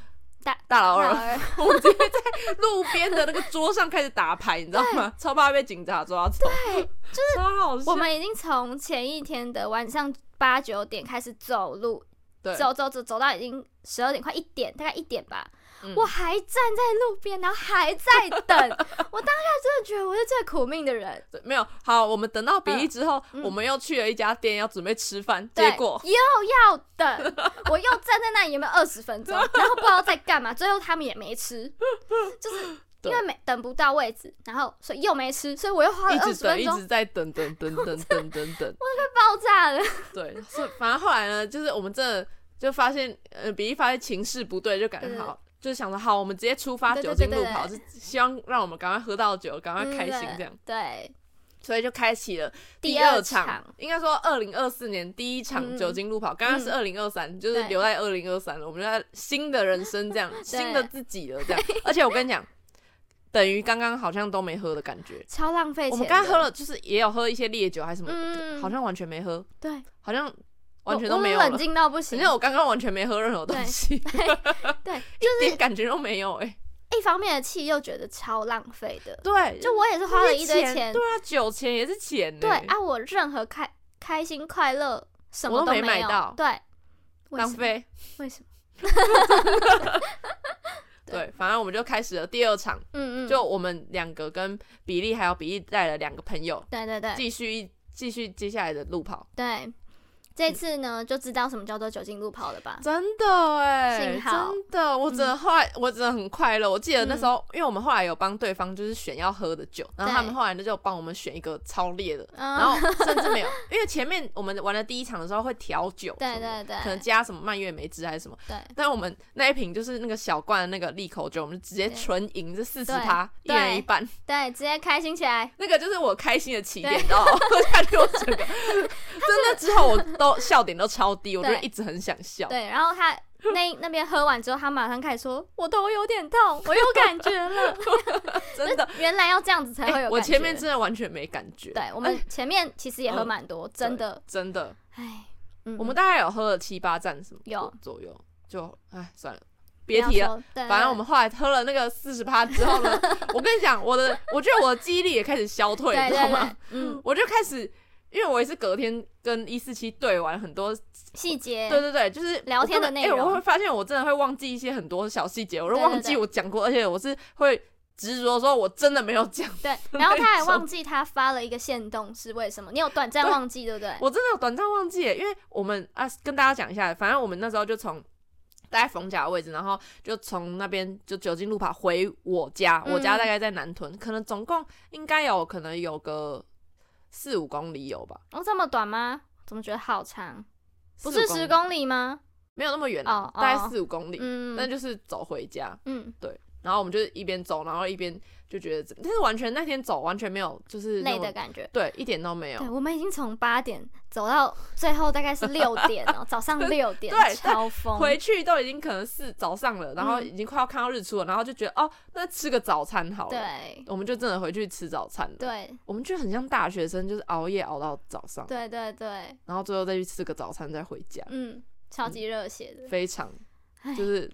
Speaker 1: 大
Speaker 2: 大老
Speaker 1: 老
Speaker 2: 二，
Speaker 1: 二
Speaker 2: 我们直接在 (laughs) 路边的那个桌上开始打牌，你知道
Speaker 1: (laughs)
Speaker 2: 吗？超怕被警察抓走，
Speaker 1: 对，
Speaker 2: 就是 (laughs) 超好笑。
Speaker 1: 我们已经从前一天的晚上八九点开始走路，
Speaker 2: 对
Speaker 1: 走走走走到已经十二点快一点，大概一点吧。
Speaker 2: 嗯
Speaker 1: 我还站在路边，然后还在等。 (laughs) 我当下真的觉得我是最苦命的人。
Speaker 2: 对没有好，我们等到比利之后，
Speaker 1: 嗯嗯
Speaker 2: 我们又去了一家店要准备吃饭，
Speaker 1: 对
Speaker 2: 结果
Speaker 1: 又要
Speaker 2: (laughs)
Speaker 1: 等，我又站在那里有没有二十分钟，然后不知道在干嘛，最后他们也没吃，就是因为
Speaker 2: 对
Speaker 1: 没等不到位置，然后所以又没吃，所以我又花
Speaker 2: 一
Speaker 1: 了二
Speaker 2: 直
Speaker 1: 十
Speaker 2: 等，
Speaker 1: 分
Speaker 2: 一
Speaker 1: 钟，
Speaker 2: 直在等等等等等等
Speaker 1: (laughs)
Speaker 2: 等，
Speaker 1: 爆炸了。
Speaker 2: 对，所以反正后来呢，就是我们真的就发现，呃，比利发现情势不对，就感
Speaker 1: 对
Speaker 2: 觉
Speaker 1: 对
Speaker 2: 好，就是想说好，我们直接出发
Speaker 1: 对对
Speaker 2: 酒
Speaker 1: 对
Speaker 2: 精路
Speaker 1: 对
Speaker 2: 跑，是希望让我们赶快喝到酒，赶快开心这样，
Speaker 1: 对，
Speaker 2: 所以就开启了
Speaker 1: 第
Speaker 2: 二
Speaker 1: 二
Speaker 2: 场
Speaker 1: 场，
Speaker 2: 应该说二零二四年第一
Speaker 1: 嗯
Speaker 2: 场
Speaker 1: 嗯
Speaker 2: 酒精路跑，刚刚是二零二三，就是
Speaker 1: 对
Speaker 2: 留在二零二三了，我们就在新的人
Speaker 1: (laughs)
Speaker 2: 生这样，新的自己了这样， (laughs) 而且我跟你讲，等于刚刚好像都没喝的感觉，
Speaker 1: 超浪费钱。
Speaker 2: 我们刚刚喝，了，就是也有喝一些烈酒还是什么，
Speaker 1: 嗯，
Speaker 2: 好像完全没喝，
Speaker 1: 对，
Speaker 2: 好像完全
Speaker 1: 我
Speaker 2: 都没有
Speaker 1: 我
Speaker 2: 了
Speaker 1: 冷。静到不
Speaker 2: 反
Speaker 1: 行。
Speaker 2: 正我刚刚完全没喝任何东西， (laughs)
Speaker 1: 对，
Speaker 2: 一点感觉都没有哎、
Speaker 1: 一方面的气又觉得超浪费的，
Speaker 2: 对，
Speaker 1: 就我也是花了一堆
Speaker 2: 那些
Speaker 1: 钱
Speaker 2: 对，啊，酒呃钱也是钱、欸，
Speaker 1: 对啊，我任何开开心快乐什么
Speaker 2: 我都没
Speaker 1: 没
Speaker 2: 买
Speaker 1: 有
Speaker 2: 到
Speaker 1: 对，为
Speaker 2: 浪
Speaker 1: 什么
Speaker 2: 费。
Speaker 1: 为什么？对
Speaker 2: 对，反正我们就开始了第二场，
Speaker 1: 嗯嗯，
Speaker 2: 就我们两个跟比利还有比利带了两个朋友，
Speaker 1: 对对对，
Speaker 2: 继续一继续接下来的路跑，
Speaker 1: 对，
Speaker 2: 嗯
Speaker 1: 这次呢就知道什么叫做酒精路跑了吧？
Speaker 2: 真的哎、
Speaker 1: 幸好
Speaker 2: 真的，我真的后来、我真的很快乐。我记得那时候，因为我们后来有帮对方就是选要喝的酒，然后嗯他们后来呢就帮我们选一个超烈的，然
Speaker 1: 嗯，
Speaker 2: 后甚至没有，因为前面我们玩的第一场的时候会调酒什
Speaker 1: 对
Speaker 2: 么的，
Speaker 1: 对对，
Speaker 2: 可能加什么蔓越莓汁还是什么，
Speaker 1: 对
Speaker 2: 但我们那一瓶就是那个小罐的那个利口酒，我们就直接
Speaker 1: 对
Speaker 2: 纯饮，这四十
Speaker 1: 对
Speaker 2: 趴，一人
Speaker 1: 对
Speaker 2: 一半，
Speaker 1: 对，直接开心起来。
Speaker 2: 那个就是我开心的起点，
Speaker 1: 对
Speaker 2: 你知道吗？ (laughs) 喝下去我整个，真的之后我都笑点都超低，我就
Speaker 1: 对
Speaker 2: 一直很想笑。
Speaker 1: 对，然后
Speaker 2: (laughs)
Speaker 1: 他那那边喝完之后，他马上开始说：“我头有点痛，我有感觉了。
Speaker 2: (laughs) 真的，”
Speaker 1: 原来要这样子才会
Speaker 2: 哎
Speaker 1: 有感觉。
Speaker 2: 我前面哎真的完全没感觉。
Speaker 1: 对我们前面其实也喝蛮多，真的，
Speaker 2: 真的，
Speaker 1: 唉，嗯
Speaker 2: 我们大概有喝了七八站什么
Speaker 1: 有
Speaker 2: 左右，就哎算了，
Speaker 1: 不
Speaker 2: 别
Speaker 1: 要
Speaker 2: 提了。
Speaker 1: 说对，
Speaker 2: 反正我们后来喝了那个四十趴之
Speaker 1: (laughs)
Speaker 2: 后呢，我跟你讲，我的我觉得我的记忆力也开始消退，
Speaker 1: 对
Speaker 2: 你知
Speaker 1: 对
Speaker 2: 道
Speaker 1: 对
Speaker 2: 吗？， (laughs)
Speaker 1: 嗯，
Speaker 2: 我就开始，因为我也是隔天跟一四七对完很多
Speaker 1: 细节
Speaker 2: 对对对，就是
Speaker 1: 聊
Speaker 2: 我
Speaker 1: 天的
Speaker 2: 根本
Speaker 1: 内容
Speaker 2: 哎我会发现我真的会忘记一些很多小细节，我都
Speaker 1: 对对
Speaker 2: 忘记
Speaker 1: 对
Speaker 2: 我讲过，而且我是会执着说我真的没有讲，
Speaker 1: 对，然后他还
Speaker 2: 那种
Speaker 1: 忘记他发了一个线动是为什么？你有短暂
Speaker 2: 对
Speaker 1: 忘记对不对？
Speaker 2: (laughs) 我真的有短暂忘记耶，因为我们啊跟大家讲一下，反正我们那时候就从。大概逢甲的位置，然后就从那边就酒精路跑回我家，我家
Speaker 1: 嗯
Speaker 2: 大概在南屯，可能总共应该有可能有个四五公里有吧，
Speaker 1: 哦，这么短吗？怎么觉得好长？不
Speaker 2: 四
Speaker 1: 是十
Speaker 2: 五公里，
Speaker 1: 公里吗？
Speaker 2: 没有那么远啊，
Speaker 1: 哦哦
Speaker 2: 大概四五公里，那
Speaker 1: 嗯
Speaker 2: 就是走回家。
Speaker 1: 嗯，
Speaker 2: 然后我们就是一边走，然后一边就觉得怎，但是完全那天走完全没有就是那
Speaker 1: 累
Speaker 2: 种
Speaker 1: 的感觉。
Speaker 2: 对，一点都没有
Speaker 1: 对，。我们已经从八点走到最后大概是
Speaker 2: (laughs)
Speaker 1: 六点哦，早上六点，
Speaker 2: 对 (laughs)
Speaker 1: 超疯。
Speaker 2: 回去都已经可能是早上了，然后
Speaker 1: 嗯
Speaker 2: 已经快要看到日出了，然后就觉得哦，那吃个早餐好了。
Speaker 1: 对
Speaker 2: 我们就真的回去吃早餐了。
Speaker 1: 对
Speaker 2: 我们就很像大学生，就是熬夜熬到早上，
Speaker 1: 对对对，
Speaker 2: 然后最后再去吃个早餐再回家，
Speaker 1: 嗯，超级热血的，
Speaker 2: 非常
Speaker 1: 嗯唉
Speaker 2: 就是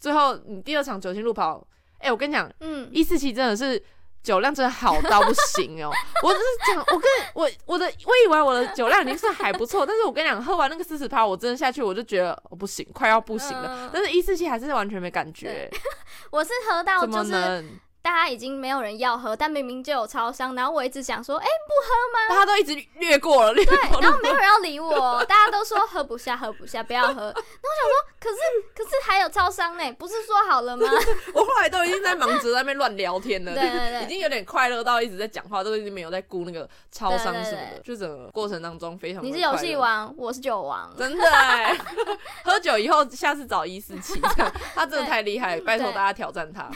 Speaker 2: 最后你第二场九星路跑，哎、我跟你讲，
Speaker 1: 嗯，
Speaker 2: 一四七真的是酒量真的好到不行哦！我只是讲，我跟我我的我以为我的酒量已经算还不错，但是我跟你讲，喝完那个四十趴，我真的下去我就觉得、哦、不行，快要不行了。
Speaker 1: 嗯
Speaker 2: 但是，一四七还是完全没感觉，欸
Speaker 1: 我是喝到
Speaker 2: 怎么
Speaker 1: 就是
Speaker 2: 能？
Speaker 1: 大家已经没有人要喝，但明明就有超商，然后我一直想说，哎、
Speaker 2: 大家都一直略过了，略过
Speaker 1: 对，然
Speaker 2: 了
Speaker 1: 后。没有人要理我，大家都说喝不下，喝不下，不要喝。然后我 (laughs) 想说，可是可是还有超商呢，不是说好
Speaker 2: (laughs)
Speaker 1: 了吗？
Speaker 2: 我后来都已经在忙着在那边乱聊天了，
Speaker 1: 对对对
Speaker 2: 已经有点快乐到一直在讲话，都已经没有在顾那个超商什么
Speaker 1: 对
Speaker 2: 的，
Speaker 1: 对对
Speaker 2: 就整个过程当中非常的
Speaker 1: 你是
Speaker 2: 快
Speaker 1: 游
Speaker 2: 乐
Speaker 1: 戏王，我是酒王，
Speaker 2: (laughs) 真的、欸，喝酒以后下次找一四七，这样他真的太厉害，拜托
Speaker 1: 对
Speaker 2: 大家挑战他。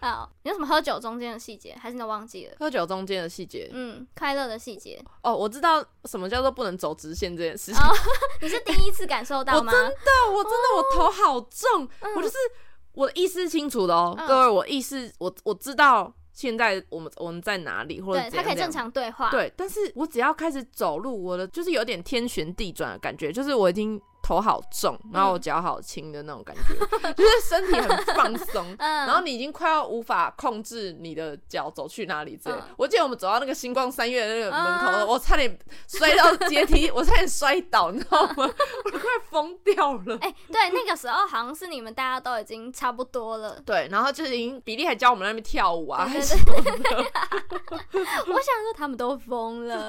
Speaker 1: 好，你有什么喝酒中间的细节，还是你都忘记了？
Speaker 2: (laughs) 喝酒中间的细节，
Speaker 1: 嗯，快乐的细 (laughs) 节，
Speaker 2: 哦，我知道什么叫做不能走直线这件事情。
Speaker 1: 哦你是第一次感受到吗？
Speaker 2: 但我真的我头好重，
Speaker 1: 嗯
Speaker 2: 我就是我意识清楚的哦，
Speaker 1: 嗯
Speaker 2: 各位，我意识我我知道现在我们我们在哪里，或者
Speaker 1: 对，
Speaker 2: 怎
Speaker 1: 他
Speaker 2: 样
Speaker 1: 可以
Speaker 2: 怎样
Speaker 1: 正。常对话，
Speaker 2: 对，但是我只要开始走路，我的就是有点天旋地转的 (laughs) 感觉，就是我已经头好重，然后我脚好轻的那种感 (laughs) 觉，就是身体很放松，
Speaker 1: 嗯，
Speaker 2: 然后你已经快要无法控制你的脚走去哪里之类的
Speaker 1: 嗯
Speaker 2: 我记得我们走到那个星光三月的那个门口，
Speaker 1: 嗯
Speaker 2: 我差点摔到阶梯，我差点摔倒，你知道吗？
Speaker 1: (laughs)
Speaker 2: 我快疯掉了。
Speaker 1: 哎、对，那个时候好像是你们大家都已经差不多了。
Speaker 2: 对，然后就是已经比利还教我们那边跳舞啊，
Speaker 1: 对对
Speaker 2: 还什么的
Speaker 1: (laughs) 我想
Speaker 2: (laughs)
Speaker 1: 说他们都疯了，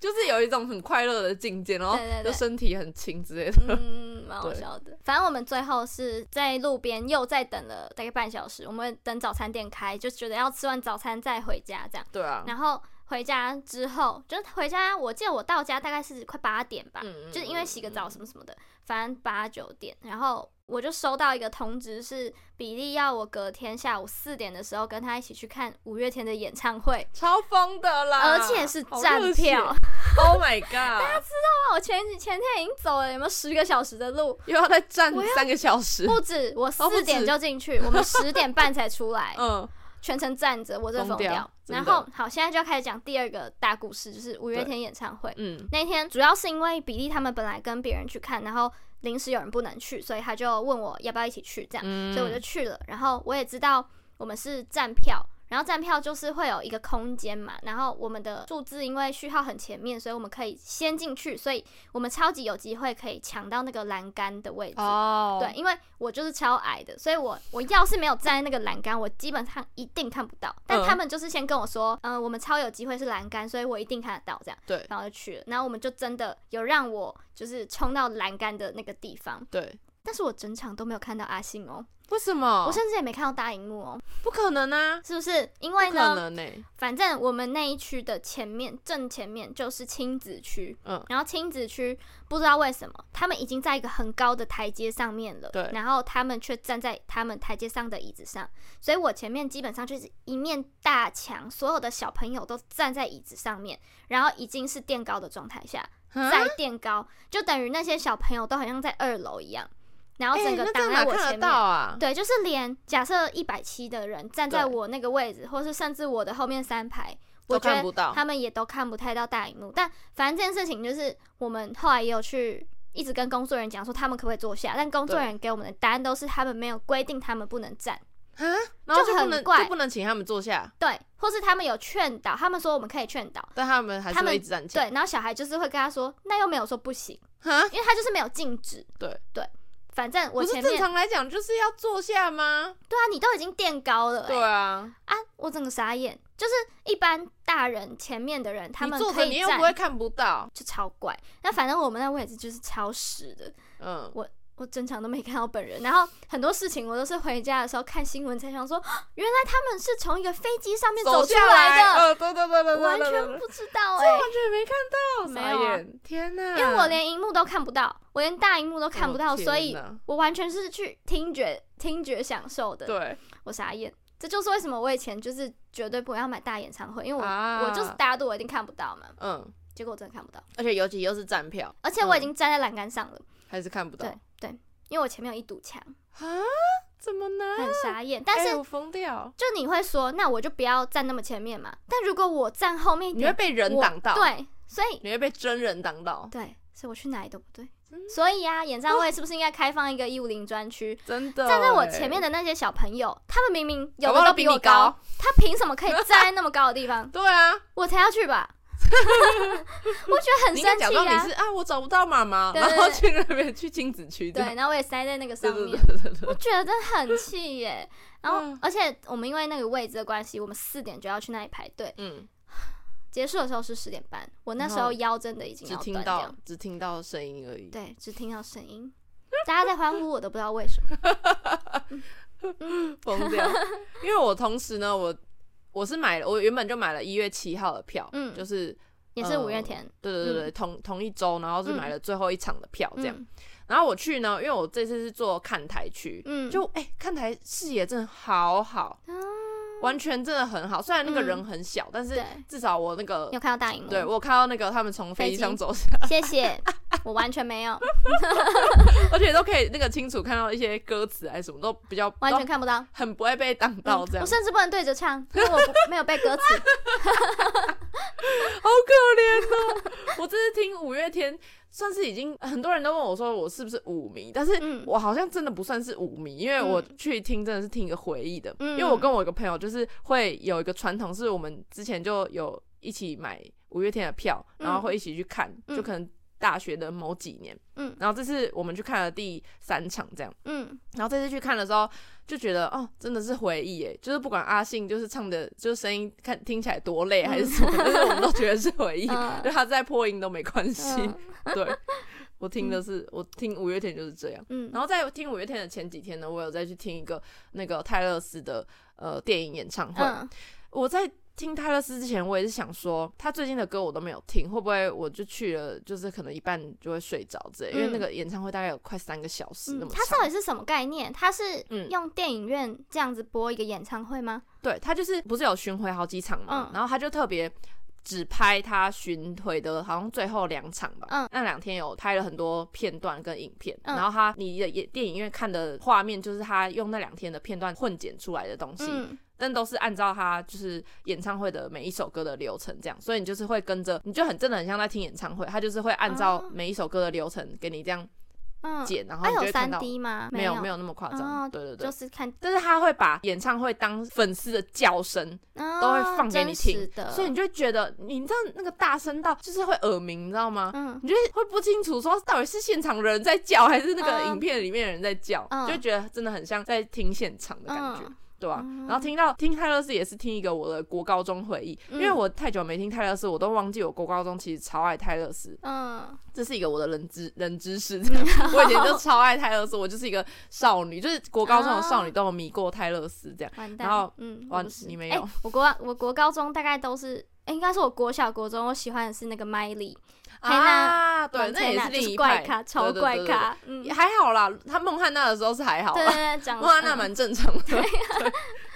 Speaker 2: 就是有一种很快乐的境界，然后
Speaker 1: 对对
Speaker 2: 就
Speaker 1: 对
Speaker 2: 身体很轻之类的。
Speaker 1: (laughs) 嗯，蛮好笑的。反正我们最后是在路边又再等了大概半小时，我们等早餐店开，就觉得要吃完早餐再回家这样。
Speaker 2: 对啊，
Speaker 1: 然后回家之后，就是回家，我记得我到家大概是快八点吧，
Speaker 2: 嗯
Speaker 1: 就是因为洗个澡
Speaker 2: 嗯
Speaker 1: 什么什么的，反正八九点，然后我就收到一个通知，是比利要我隔天下午四点的时候跟他一起去看五月天的演唱会， (laughs)
Speaker 2: 超疯的啦，
Speaker 1: 而且是
Speaker 2: 好
Speaker 1: 站
Speaker 2: 热血
Speaker 1: 票。
Speaker 2: Oh my god！
Speaker 1: 那我前前天已经走了，有没有十个小时的路？
Speaker 2: 又要再站
Speaker 1: 我要
Speaker 2: 三个小时，
Speaker 1: (laughs) 不止，我
Speaker 2: 哦不
Speaker 1: 四点
Speaker 2: 止
Speaker 1: 就进去，我们十点半才出来，
Speaker 2: 嗯，
Speaker 1: (laughs) 全程站着，我真的
Speaker 2: 疯
Speaker 1: 疯
Speaker 2: 掉
Speaker 1: 掉。
Speaker 2: 真的
Speaker 1: 然后好，现在就要开始讲第二个大故事，就是五月
Speaker 2: 对
Speaker 1: 天演唱会。
Speaker 2: 嗯
Speaker 1: 那天主要是因为比利他们本来跟别人去看，然后临时有人不能去，所以他就问我要不要一起去，这样，
Speaker 2: 嗯，
Speaker 1: 所以我就去了。然后我也知道我们是站票，然后站票就是会有一个空间嘛，然后我们的数字因为序号很前面，所以我们可以先进去，所以我们超级有机会可以抢到那个栏杆的位置。
Speaker 2: 哦，
Speaker 1: 对，因为我就是超矮的，所以我我要是没有站在那个栏杆，我基本上一定看不到。但
Speaker 2: 嗯
Speaker 1: 他们就是先跟我说，嗯、我们超有机会是栏杆，所以我一定看得到这样。
Speaker 2: 对
Speaker 1: 然后就去了，然后我们就真的有让我就是冲到栏杆的那个地方，
Speaker 2: 对，
Speaker 1: 但是我整场都没有看到阿信哦，
Speaker 2: 为什么？
Speaker 1: 我甚至也没看到大荧幕哦，
Speaker 2: 不可能啊，
Speaker 1: 是不是？因
Speaker 2: 不
Speaker 1: 为
Speaker 2: 可
Speaker 1: 呢，
Speaker 2: 能呢、欸
Speaker 1: 反正我们那一区的前面正前面就是亲子区，
Speaker 2: 嗯
Speaker 1: 然后亲子区不知道为什么，他们已经在一个很高的台阶上面了，
Speaker 2: 对
Speaker 1: 然后他们却站在他们台阶上的椅子上，所以我前面基本上就是一面大墙，所有的小朋友都站在椅子上面，然后已经是垫高的状态下，
Speaker 2: 啊
Speaker 1: 在垫高，就等于那些小朋友都好像在二楼一样，然后
Speaker 2: 哎
Speaker 1: 整个
Speaker 2: 那
Speaker 1: 挡
Speaker 2: 这
Speaker 1: 在
Speaker 2: 哪
Speaker 1: 我
Speaker 2: 看
Speaker 1: 前
Speaker 2: 得
Speaker 1: 面。
Speaker 2: 到啊？
Speaker 1: 对，就是连假设一百七的人站在
Speaker 2: 对
Speaker 1: 我那个位置，或是甚至我的后面三排，
Speaker 2: 都
Speaker 1: 我觉
Speaker 2: 看不
Speaker 1: 得
Speaker 2: 到
Speaker 1: 他们也都看不太到大荧幕。但反正这件事情就是我们后来也有去一直跟工作人员讲说他们可不可以坐下，但工作
Speaker 2: 对
Speaker 1: 人员给我们的答案都是他们没有规定他们不能站，
Speaker 2: 啊，然后
Speaker 1: 就
Speaker 2: 就
Speaker 1: 很
Speaker 2: 不能
Speaker 1: 怪
Speaker 2: 就不能请他们坐下，
Speaker 1: 对，或是他们有劝导，他们说我们可以劝导，
Speaker 2: 但他们还是
Speaker 1: 他们
Speaker 2: 会一直站起来。
Speaker 1: 对，然后小孩就是会跟他说那又没有说不行，
Speaker 2: 啊，
Speaker 1: 因为他就是没有禁止，
Speaker 2: 对
Speaker 1: 对。反正我
Speaker 2: 不
Speaker 1: 前
Speaker 2: 是
Speaker 1: 面
Speaker 2: 正常来讲就是要坐下吗？
Speaker 1: 对啊，你都已经垫高了、欸，
Speaker 2: 对啊，
Speaker 1: 啊，我整个傻眼，就是一般大人前面的人，他
Speaker 2: 你
Speaker 1: 们
Speaker 2: 坐
Speaker 1: 可
Speaker 2: 着你
Speaker 1: 以
Speaker 2: 又不会
Speaker 1: 站，
Speaker 2: 看不到。
Speaker 1: 就超怪。那反正我们那位置就是超实的，
Speaker 2: 嗯，
Speaker 1: 我我整场都没看到本人。然后很多事情我都是回家的时候看新闻才想说，原来他们是从一个飞机上面
Speaker 2: 走
Speaker 1: 出
Speaker 2: 下来，
Speaker 1: 的，
Speaker 2: 呃，对对对对对，
Speaker 1: 完
Speaker 2: 对对
Speaker 1: 全
Speaker 2: 对
Speaker 1: 不知道
Speaker 2: 这
Speaker 1: 哎、
Speaker 2: 完全没看到，
Speaker 1: 没
Speaker 2: 傻
Speaker 1: 有啊
Speaker 2: 眼天哪！
Speaker 1: 因为我连荧幕都看不到，我连大荧幕都看不到，
Speaker 2: 哦
Speaker 1: 所以
Speaker 2: 天哪
Speaker 1: 我完全是去听觉听觉享受的。
Speaker 2: 对
Speaker 1: 我傻眼，这就是为什么我以前就是绝对不要买大演唱会，因为我、
Speaker 2: 啊
Speaker 1: 我就是大家都我一定看不到嘛，
Speaker 2: 嗯，
Speaker 1: 结果我真的看不到，
Speaker 2: 而且尤其又是站票，
Speaker 1: 而且我已经站在栏杆上了，
Speaker 2: 还是嗯看不到
Speaker 1: 对对，因为我前面有一堵墙，
Speaker 2: 啊？怎么呢？
Speaker 1: 很傻眼。但是
Speaker 2: 哎我疯掉，
Speaker 1: 就你会说，那我就不要站那么前面嘛，但如果我站后面一
Speaker 2: 你会
Speaker 1: 点，
Speaker 2: 被人
Speaker 1: 我
Speaker 2: 挡到，，
Speaker 1: 对，所以
Speaker 2: 你会被真人挡到，
Speaker 1: 对，所以我去哪里都不对
Speaker 2: 真。
Speaker 1: 所以啊，演
Speaker 2: 哦
Speaker 1: 唱会是不是应该开放一个一五零专区？
Speaker 2: 真的。欸
Speaker 1: 站在我前面，的那些小朋友，他们明明有
Speaker 2: 搞不
Speaker 1: 的
Speaker 2: 好
Speaker 1: 都
Speaker 2: 比
Speaker 1: 我
Speaker 2: 你高，
Speaker 1: 他凭什么可以站在那么高的地方？
Speaker 2: 对啊，
Speaker 1: 我才要去
Speaker 2: (laughs)
Speaker 1: 吧， (laughs) 我觉得很
Speaker 2: 你应该
Speaker 1: 生
Speaker 2: 假
Speaker 1: 气
Speaker 2: 装你
Speaker 1: 啊
Speaker 2: 是。啊，我找不到妈妈，
Speaker 1: 对对
Speaker 2: 然
Speaker 1: 对
Speaker 2: 后去那边去亲子区这
Speaker 1: 对，
Speaker 2: 样，
Speaker 1: 然后我也塞在那个上
Speaker 2: 对对
Speaker 1: 面，嗯我觉得很气耶。然后
Speaker 2: 嗯，
Speaker 1: 而且我们因为那个位置的关系，我们四点就要去那里排队。
Speaker 2: 嗯，
Speaker 1: 结束的时候是十点半，我那时
Speaker 2: 然
Speaker 1: 候
Speaker 2: 后
Speaker 1: 腰真的已经
Speaker 2: 只
Speaker 1: 要
Speaker 2: 听
Speaker 1: 断
Speaker 2: 到
Speaker 1: 掉，
Speaker 2: 只听到声音而已。
Speaker 1: 对，只听到声音，大家在欢呼，我都不知道为
Speaker 2: (laughs)
Speaker 1: 什么。(laughs)
Speaker 2: 疯掉。因为我同时呢，我我是买了，我原本就买了一月七号的票，
Speaker 1: 嗯
Speaker 2: 就是
Speaker 1: 也是
Speaker 2: 嗯
Speaker 1: 五月天
Speaker 2: 对对对对，同同一周，然后是
Speaker 1: 嗯
Speaker 2: 买了最后一场的票这样。
Speaker 1: 嗯
Speaker 2: 然后我去呢，因为我这次是坐看台区，
Speaker 1: 嗯，
Speaker 2: 就哎、看台视野真的好好，
Speaker 1: 啊
Speaker 2: 完全真的很好。虽然那个
Speaker 1: 嗯
Speaker 2: 人很小，但是
Speaker 1: 对，
Speaker 2: 至少我那个
Speaker 1: 你有看到哦大荧幕？
Speaker 2: 对我有看到那个他们从飞
Speaker 1: 飞
Speaker 2: 机
Speaker 1: 机
Speaker 2: 上走下，
Speaker 1: 谢
Speaker 2: (laughs)
Speaker 1: 谢，我完全没有，
Speaker 2: 而且都可以那个清楚看到一些歌词还是什么，都比较
Speaker 1: 完全
Speaker 2: 都
Speaker 1: 看不到。
Speaker 2: 很不会被挡
Speaker 1: 嗯
Speaker 2: 到这样
Speaker 1: 我。甚至不能对着唱，因为我不没有背歌词。
Speaker 2: (laughs) 好可怜哦！我这次听五月天，算是已经很多人都问我说我是不是舞迷，但是
Speaker 1: 嗯
Speaker 2: 我好像真的不算是舞迷，因为我
Speaker 1: 嗯
Speaker 2: 去听真的是听一个回忆的。
Speaker 1: 嗯
Speaker 2: 因为我跟我一个朋友就是会有一个传统，是我们之前就有一起买五月天的票，
Speaker 1: 嗯
Speaker 2: 然后会一起去看，
Speaker 1: 嗯
Speaker 2: 就可能大学的某几年，
Speaker 1: 嗯
Speaker 2: 然后这次我们去看了第三场这样。
Speaker 1: 嗯
Speaker 2: 然后这次去看的时候，就觉得哦，真的是回忆耶！就是不管阿信就是唱的，就是声音看听起来多累还是什么， (laughs) 但是我们都觉得是回忆，
Speaker 1: (laughs) 嗯
Speaker 2: 就他在破音都没关系。
Speaker 1: 嗯
Speaker 2: (laughs) 对，我听的是、我听五月天就是这样。
Speaker 1: 嗯，
Speaker 2: 然后在听五月天的前几天呢，我有再去听一个那个泰勒斯的呃电影演唱会。
Speaker 1: 嗯
Speaker 2: 我在听泰勒斯之前，我也是想说，他最近的歌我都没有听，会不会我就去了，就是可能一半就会睡着之类？因为
Speaker 1: 嗯
Speaker 2: 那个演唱会大概有快三个小时那
Speaker 1: 嗯
Speaker 2: 么长。
Speaker 1: 它到底是什么概念？它是
Speaker 2: 嗯
Speaker 1: 用电影院这样子播一个演唱会吗？
Speaker 2: 对他就是不是有巡回好几场嘛，
Speaker 1: 嗯
Speaker 2: 然后他就特别只拍他巡回的，好像最后两场吧。
Speaker 1: 嗯
Speaker 2: 那两天有拍了很多片段跟影片，
Speaker 1: 嗯
Speaker 2: 然后他你的电影院看的画面就是他用那两天的片段混剪出来的东西，
Speaker 1: 嗯
Speaker 2: 但都是按照他就是演唱会的每一首歌的流程这样，所以你就是会跟着，你就很真的很像在听演唱会，他就是会按照
Speaker 1: 哦
Speaker 2: 每一首歌的流程给你这样
Speaker 1: 嗯，
Speaker 2: 剪，然后
Speaker 1: 它
Speaker 2: 哦你就
Speaker 1: 有
Speaker 2: 会看
Speaker 1: 三
Speaker 2: 到。
Speaker 1: D 吗？
Speaker 2: 没
Speaker 1: 有
Speaker 2: 没有那么夸张，
Speaker 1: 哦
Speaker 2: 对对对，
Speaker 1: 就是看
Speaker 2: 但是他会把演唱会当粉丝的叫声，
Speaker 1: 都
Speaker 2: 都会放给你听
Speaker 1: 哦的，
Speaker 2: 所以你就会觉得，你知道那个大声到就是会耳鸣，你知道吗？
Speaker 1: 嗯
Speaker 2: 你就会不清楚说到底是现场人在叫，还是那个
Speaker 1: 嗯
Speaker 2: 影片里面的人在叫，
Speaker 1: 嗯
Speaker 2: 就会觉得真的很像在听现场的感觉，
Speaker 1: 嗯
Speaker 2: 对吧、
Speaker 1: 嗯
Speaker 2: 然后听到听泰勒斯也是听一个我的国高中回忆，
Speaker 1: 嗯
Speaker 2: 因为我太久没听泰勒斯，我都忘记我国高中其实超爱泰勒斯，
Speaker 1: 嗯
Speaker 2: 这是一个我的冷知冷知识。这样我以前就超爱泰勒斯，我就是一个少女，就是国高中的少女都有迷过泰勒斯这样。
Speaker 1: 完蛋，
Speaker 2: 然后
Speaker 1: 嗯
Speaker 2: 完
Speaker 1: 我不是
Speaker 2: 你没
Speaker 1: 哎
Speaker 2: 有
Speaker 1: 我国我国高中大概都是。哎应该是我国小、国中，我喜欢的是那个麦莉，海娜
Speaker 2: 啊，对，那也
Speaker 1: 是
Speaker 2: 是另一
Speaker 1: 怪
Speaker 2: 派
Speaker 1: 咖，
Speaker 2: 对
Speaker 1: 超
Speaker 2: 对
Speaker 1: 怪
Speaker 2: 对对
Speaker 1: 咖，嗯，
Speaker 2: 也还好啦，他孟汉娜的时候是还好
Speaker 1: 对
Speaker 2: 啦，
Speaker 1: 对对，讲
Speaker 2: 孟汉娜
Speaker 1: 嗯
Speaker 2: 蛮正常的，对 (laughs)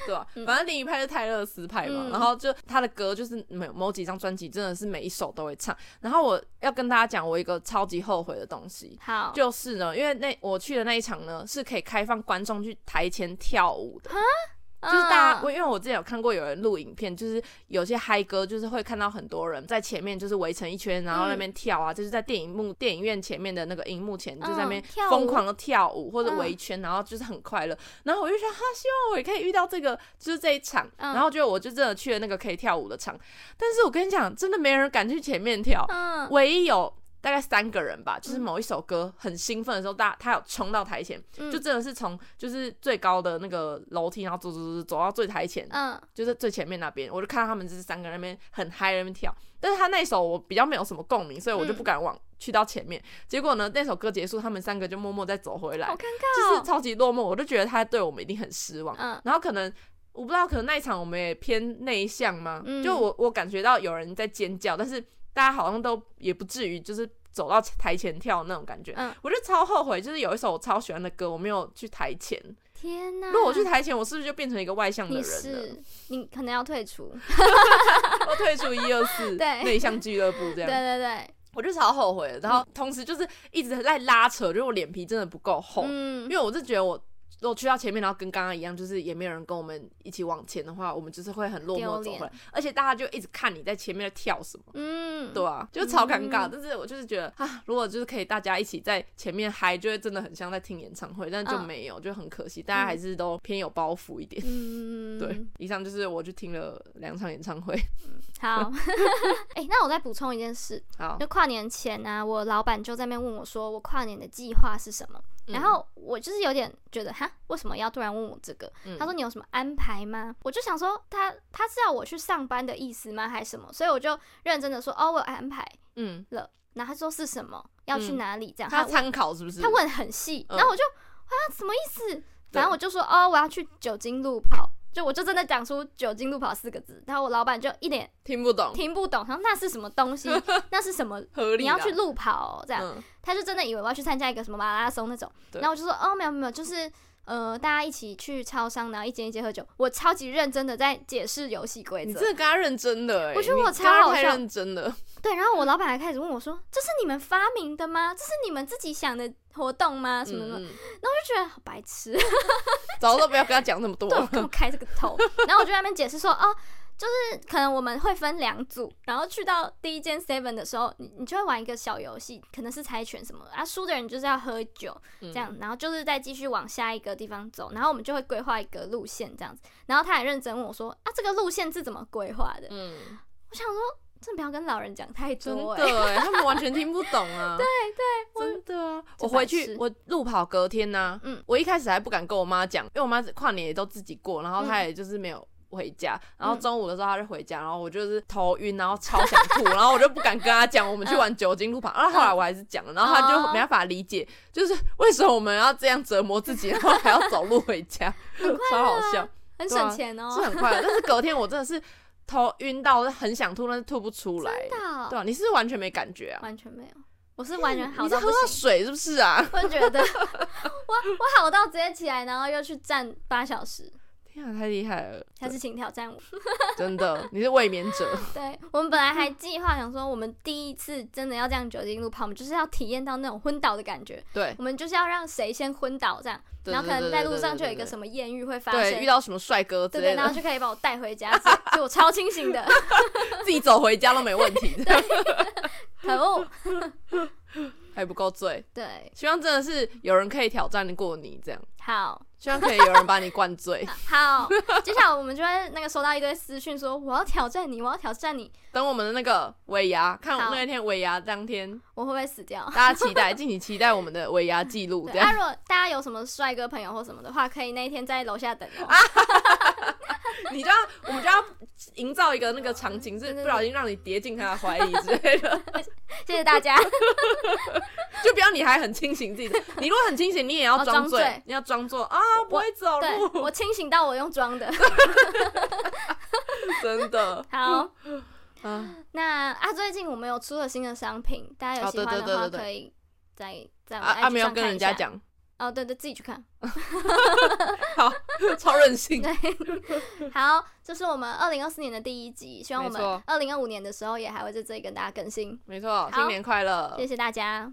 Speaker 2: 对吧？
Speaker 1: 嗯
Speaker 2: 反正另一派是泰勒斯派嘛，
Speaker 1: 嗯
Speaker 2: 然后就他的歌就是某某几张专辑真的是每一首都会唱。然后我要跟大家讲我一个超级后悔的东西，
Speaker 1: 好，
Speaker 2: 就是呢，因为那我去的那一场呢是可以开放观众去台前跳舞的，就是大家，
Speaker 1: 嗯
Speaker 2: 我因为我之前有看过有人录影片，就是有些嗨歌，就是会看到很多人在前面就是围成一圈，然后
Speaker 1: 嗯
Speaker 2: 那边跳啊，就是在电影幕、电影院前面的那个荧幕前，就在那边
Speaker 1: 嗯跳舞嗯
Speaker 2: 疯狂的跳舞或者围圈，然后就是很快乐。然后我就想，哈，希望我也可以遇到这个，就是这一场。
Speaker 1: 嗯
Speaker 2: 然后就我就真的去了那个可以跳舞的场，但是我跟你讲，真的没人敢去前面跳，
Speaker 1: 嗯，
Speaker 2: 唯一有大概三个人吧，就是
Speaker 1: 嗯
Speaker 2: 某一首歌很兴奋的时候，大他有冲到台前，
Speaker 1: 嗯
Speaker 2: 就真的是从就是最高的那个楼梯，然后走走走走走到最台前，
Speaker 1: 嗯，
Speaker 2: 就是最前面那边，我就看到他们就是三个人那边很嗨，那边跳。但是他那一首我比较没有什么共鸣，所以我就
Speaker 1: 嗯
Speaker 2: 不敢往、去到前面。结果呢，那首歌结束，他们三个就默默再走回来
Speaker 1: 好，尴
Speaker 2: 就
Speaker 1: 尬、
Speaker 2: 是
Speaker 1: 哦，
Speaker 2: 超级落寞。我就觉得他对我们一定很失望。
Speaker 1: 嗯
Speaker 2: 然后可能我不知道，可能那一场我们也偏内向吗？
Speaker 1: 嗯
Speaker 2: 就我我感觉到有人在尖叫，但是大家好像都也不至于就是走到台前跳那种感觉。
Speaker 1: 嗯，
Speaker 2: 我就超后悔，就是有一首我超喜欢的歌，我没有去台前。
Speaker 1: 嗯天哪！
Speaker 2: 如果我去台前，我是不是就变成一个外向的
Speaker 1: 你
Speaker 2: 人了？
Speaker 1: 是你可能要退出，
Speaker 2: 我退出一二
Speaker 1: (laughs)
Speaker 2: 四
Speaker 1: 对
Speaker 2: 内向俱乐部这
Speaker 1: 对对
Speaker 2: 样，
Speaker 1: 对，
Speaker 2: 我就超后悔的。然后同时就是一直在拉扯，就是我脸皮真的不够厚，因
Speaker 1: 嗯
Speaker 2: 为我是觉得我。如果去到前面，然后跟刚刚一样，就是也没有人跟我们一起往前的话，我们就是会很落寞地
Speaker 1: 丢
Speaker 2: 走
Speaker 1: 脸
Speaker 2: 回来，而且大家就一直看你在前面在跳什么，
Speaker 1: 嗯，
Speaker 2: 对啊，就超尴尬。
Speaker 1: 嗯
Speaker 2: 但是我就是觉得啊，如果就是可以大家一起在前面嗨，就会真的很像在听演唱会，但就
Speaker 1: 嗯
Speaker 2: 没有，就很可惜，大家还是都偏有包袱一点。
Speaker 1: 嗯，
Speaker 2: 对，以上就是我去听了两场演唱会。
Speaker 1: 好， (laughs)
Speaker 2: (laughs)
Speaker 1: 哎、那我再补充一件事，
Speaker 2: 好，
Speaker 1: 就跨年前啊，我老板就在那边问我说，我跨年的计划是什么？
Speaker 2: 嗯
Speaker 1: 然后我就是有点觉得，哈，为什么要突然问我这个？
Speaker 2: 嗯
Speaker 1: 他说你有什么安排吗？我就想说，他他是要我去上班的意思吗，还是什么？所以我就认真的说，哦，我有安排。
Speaker 2: 嗯，
Speaker 1: 然后他说是什么，要去
Speaker 2: 嗯
Speaker 1: 哪里这样。
Speaker 2: 他
Speaker 1: 他
Speaker 2: 参考是不是？
Speaker 1: 他问很细，
Speaker 2: 嗯
Speaker 1: 然后我就、啊，什么意思？反正我就说哦，我要去酒精路跑，就我就真的讲出酒精路跑四个字，然后我老板就一脸
Speaker 2: 听不懂，
Speaker 1: 听不懂，他说那是什么东
Speaker 2: (laughs)
Speaker 1: 西，那是什么？
Speaker 2: 合理
Speaker 1: 你
Speaker 2: 啦。
Speaker 1: 要去路跑、哦、这样，
Speaker 2: 嗯
Speaker 1: 他就真的以为我要去参加一个什么马拉松那种，
Speaker 2: 对
Speaker 1: 然后我就说哦，没有没有，就是呃，大家一起去超商，然后一间一间喝酒，我超级认真的在解释游戏规
Speaker 2: 你
Speaker 1: 则
Speaker 2: 真，的跟他认真的哎、
Speaker 1: 我觉得我
Speaker 2: 你跟他
Speaker 1: 超好
Speaker 2: 太
Speaker 1: 笑
Speaker 2: 认真了。
Speaker 1: 对，然后我老板还开始问我说，这是你们发明的吗？这是你们自己想的活动吗？什么什么，
Speaker 2: 嗯嗯
Speaker 1: 我就觉得好白痴。哦
Speaker 2: 早都不要跟他讲那么多
Speaker 1: 对，
Speaker 2: (laughs)
Speaker 1: 我干嘛开这个头？然后我就在那边解释说，哦，就是可能我们会分两组，然后去到第一间 seven 的时候，你你就会玩一个小游戏，可能是猜拳什么的，啊，输的人就是要喝酒
Speaker 2: 这
Speaker 1: 这。样，然后就是再继续往下一个地方走，然后我们就会规划一个路线这样子。然后他还认真问我说，啊，这个路线是怎么规划的？
Speaker 2: 嗯，
Speaker 1: 我想说，真的不要跟老人讲太
Speaker 2: 真
Speaker 1: 多、欸，
Speaker 2: 的哎、他们完全听不懂啊。 (laughs) 对对，真的啊。
Speaker 1: 就
Speaker 2: 我回
Speaker 1: 白痴
Speaker 2: 去，我路跑隔天呢、
Speaker 1: 嗯
Speaker 2: 我一开始还不敢跟我妈讲，因为我妈跨年也都自己过，然后她也就是没有。回家，然后中午的时候她就回家，然后我就是头晕，然后超想 (laughs) 吐，然后我就不敢跟她讲我们去玩酒精路跑。然后后来我还是讲了，然后她就没办法理解，就是为什么我们要这样折磨自己，然后还要走路回家，超好笑。
Speaker 1: 很
Speaker 2: 对啊
Speaker 1: 省钱哦、
Speaker 2: 是很快乐，但是隔天我真的是头晕到很想吐，但是吐不出来。
Speaker 1: 真的哦、
Speaker 2: 对啊，你是不是完全没感觉啊？
Speaker 1: 完全没有，我是完全好
Speaker 2: 你是
Speaker 1: 到
Speaker 2: 喝
Speaker 1: 不
Speaker 2: 到
Speaker 1: 行。
Speaker 2: 水是不是啊？
Speaker 1: 我觉得 (laughs) 我我好到直接起来，然后又去站八小时，
Speaker 2: 天啊，太厉
Speaker 1: (laughs)
Speaker 2: 害了！
Speaker 1: 下次请挑战我。
Speaker 2: 真的，你是卫冕者。
Speaker 1: 对我们本来还计划想说，我们第一次真的要这样酒精路跑，我们就是要体验到那种昏倒的感觉，
Speaker 2: 对，
Speaker 1: 我们就是要让谁先昏倒这样，
Speaker 2: 对
Speaker 1: 然后可能在路上就有一个
Speaker 2: 么
Speaker 1: 什么艳遇会发
Speaker 2: 对，遇
Speaker 1: 生。
Speaker 2: 到什么帅哥之
Speaker 1: 对
Speaker 2: 类
Speaker 1: 对，然后
Speaker 2: 的，
Speaker 1: 就可以把我带回家，所以所以我超清醒的，
Speaker 2: 自己走回家都没问题，
Speaker 1: (laughs) 可恶。
Speaker 2: 还不够醉。
Speaker 1: (laughs) 对，
Speaker 2: 希望真的是有人可以挑战过你这样，
Speaker 1: 好
Speaker 2: 希望可以有人把你灌
Speaker 1: (laughs)
Speaker 2: 醉。
Speaker 1: 好，接下来我们就会那个收到一堆私讯说我要挑战你，我要挑战你，
Speaker 2: 等我们的那个尾牙，看
Speaker 1: 好
Speaker 2: 那一天尾牙当天，
Speaker 1: 我会不会死 (laughs) 掉？
Speaker 2: 大家期待，敬请期待我们的尾牙记录。这
Speaker 1: 对，
Speaker 2: 样
Speaker 1: 啊，如果大家有什么帅哥朋友或什么的话，可以那一天在楼下等哦。 (laughs)
Speaker 2: (laughs) 你就要，我们就要营造一个那个场景，是不小心让你跌进他的怀里之
Speaker 1: (laughs)
Speaker 2: 类的，
Speaker 1: 谢谢大 (laughs) 家。
Speaker 2: 就不要你还很清醒自己的。你如果很清醒，你也要
Speaker 1: 哦
Speaker 2: 装
Speaker 1: 装
Speaker 2: 醉，
Speaker 1: 醉
Speaker 2: 你要装作啊不会走
Speaker 1: 对
Speaker 2: 路，
Speaker 1: 我清醒到我用装的。(laughs)
Speaker 2: 真的
Speaker 1: 好，
Speaker 2: 啊，
Speaker 1: 那啊，最近我们有出了新的商品，大家有
Speaker 2: 哦
Speaker 1: 喜欢
Speaker 2: 对对
Speaker 1: 的话
Speaker 2: 对对对
Speaker 1: 可以在在我
Speaker 2: 啊
Speaker 1: 们
Speaker 2: 啊
Speaker 1: IG
Speaker 2: 没有
Speaker 1: 上
Speaker 2: 跟
Speaker 1: 看
Speaker 2: 人
Speaker 1: 一
Speaker 2: 家
Speaker 1: 下。
Speaker 2: 讲，
Speaker 1: 哦，对对，自己去
Speaker 2: (laughs)
Speaker 1: 看。
Speaker 2: 超
Speaker 1: (laughs)
Speaker 2: 任性。
Speaker 1: 好，这是我们二零二四年的第一集，希望我
Speaker 2: 没错
Speaker 1: 们二零二五年的时候也还会在这里跟大家更新。
Speaker 2: 没错，
Speaker 1: 好
Speaker 2: 新年快乐，
Speaker 1: 谢谢大家，